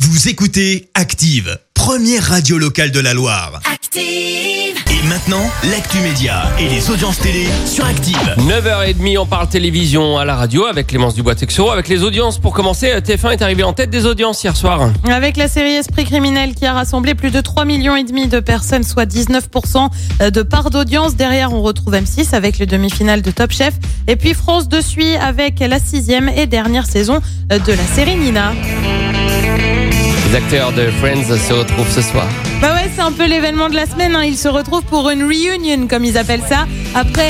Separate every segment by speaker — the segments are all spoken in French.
Speaker 1: Vous écoutez Active, première radio locale de la Loire.
Speaker 2: Active.
Speaker 1: Et maintenant, l'actu média et les audiences télé sur Active.
Speaker 3: 9h30, on parle télévision à la radio avec Clémence Dubois-Texoro, avec les audiences. Pour commencer, TF1 est arrivé en tête des audiences hier soir.
Speaker 4: Avec la série Esprit criminel qui a rassemblé plus de 3,5 millions et demi de personnes, soit 19% de part d'audience. Derrière, on retrouve M6 avec le demi-finale de Top Chef. Et puis France de suit avec la sixième et dernière saison de la série Nina.
Speaker 3: Les acteurs de Friends se retrouvent ce soir.
Speaker 4: Bah ouais, c'est un peu l'événement de la semaine. hein. Ils se retrouvent pour une reunion, comme ils appellent ça. Après,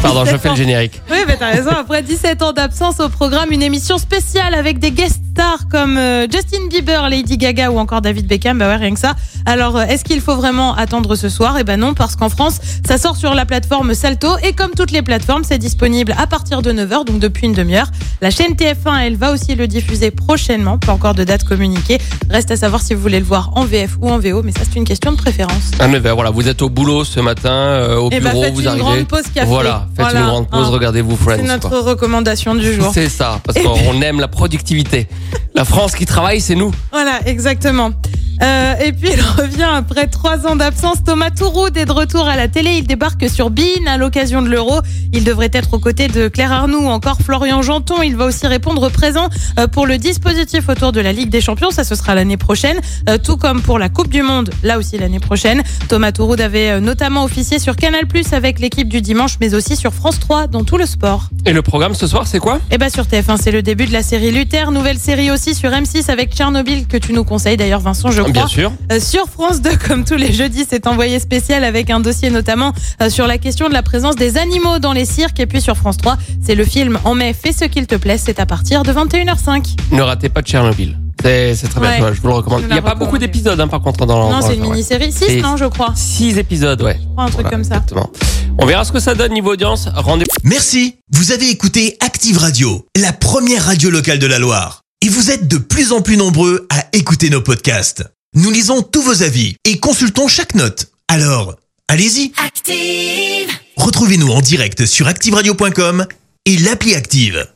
Speaker 3: Pardon, je fais le générique.
Speaker 4: oui, bah t'as raison. Après 17 ans d'absence au programme, une émission spéciale avec des guest stars comme euh, Justin Bieber, Lady Gaga ou encore David Beckham. Bah ouais, rien que ça. Alors, euh, est-ce qu'il faut vraiment attendre ce soir Eh ben non, parce qu'en France, ça sort sur la plateforme Salto et comme toutes les plateformes, c'est disponible à partir de 9h, donc depuis une demi-heure. La chaîne TF1, elle va aussi le diffuser prochainement. Pas encore de date communiquée. Reste à savoir si vous voulez le voir en VF ou en VO, mais ça c'est une question de préférence.
Speaker 3: À 9h, voilà, vous êtes au boulot ce matin, euh, au
Speaker 4: Eh ben,
Speaker 3: bureau,
Speaker 4: faites
Speaker 3: vous
Speaker 4: une
Speaker 3: arrivez.
Speaker 4: grande pause café.
Speaker 3: Voilà, faites
Speaker 4: Voilà,
Speaker 3: une grande pause,
Speaker 4: hein.
Speaker 3: regardez-vous Friends.
Speaker 4: C'est notre
Speaker 3: quoi.
Speaker 4: recommandation du jour.
Speaker 3: C'est ça, parce qu'on aime la productivité. La France qui travaille, c'est nous.
Speaker 4: Voilà, exactement. Euh, et puis il revient après trois ans d'absence. Thomas Touroud est de retour à la télé. Il débarque sur Bean à l'occasion de l'Euro. Il devrait être aux côtés de Claire Arnoux, encore Florian Janton. Il va aussi répondre présent euh, pour le dispositif autour de la Ligue des Champions. Ça, ce sera l'année prochaine. Euh, Tout comme pour la Coupe du Monde, là aussi l'année prochaine. Thomas Touroud avait euh, notamment officié sur Canal Plus avec l'équipe du dimanche, mais aussi sur France 3 dans tout le sport.
Speaker 3: Et le programme ce soir, c'est quoi
Speaker 4: Et bah sur TF1, c'est le début de la série Luther, nouvelle série aussi sur M6 avec Tchernobyl que tu nous conseilles d'ailleurs Vincent, je
Speaker 3: Ah,
Speaker 4: crois.
Speaker 3: Bien sûr.
Speaker 4: Euh, sur France 2, comme tous les jeudis, c'est envoyé spécial avec un dossier notamment euh, sur la question de la présence des animaux dans les cirques. Et puis sur France 3, c'est le film En mai, fais ce qu'il te plaît, c'est à partir de 21h05.
Speaker 3: Ne ratez pas Tchernobyl. C'est c'est très
Speaker 4: Ouais.
Speaker 3: bien, je vous le recommande.
Speaker 4: Je
Speaker 3: Il
Speaker 4: vous
Speaker 3: n'y a
Speaker 4: la
Speaker 3: pas beaucoup
Speaker 4: recommande.
Speaker 3: d'épisodes, hein, par contre, dans
Speaker 4: non,
Speaker 3: dans-
Speaker 4: c'est une
Speaker 3: ouais.
Speaker 4: mini-série.
Speaker 3: C'est-
Speaker 4: 6, non, je crois.
Speaker 3: Six épisodes, ouais.
Speaker 4: Un truc
Speaker 3: Voilà,
Speaker 4: comme ça.
Speaker 3: Exactement. On verra ce que ça donne niveau audience. Rendez-vous.
Speaker 1: Merci. Vous avez écouté Active Radio, la première radio locale de la Loire. Et vous êtes de plus en plus nombreux à écouter nos podcasts. Nous lisons tous vos avis et consultons chaque note. Alors, allez-y,
Speaker 2: Active.
Speaker 1: retrouvez-nous en direct sur activeradio.com et l'appli Active.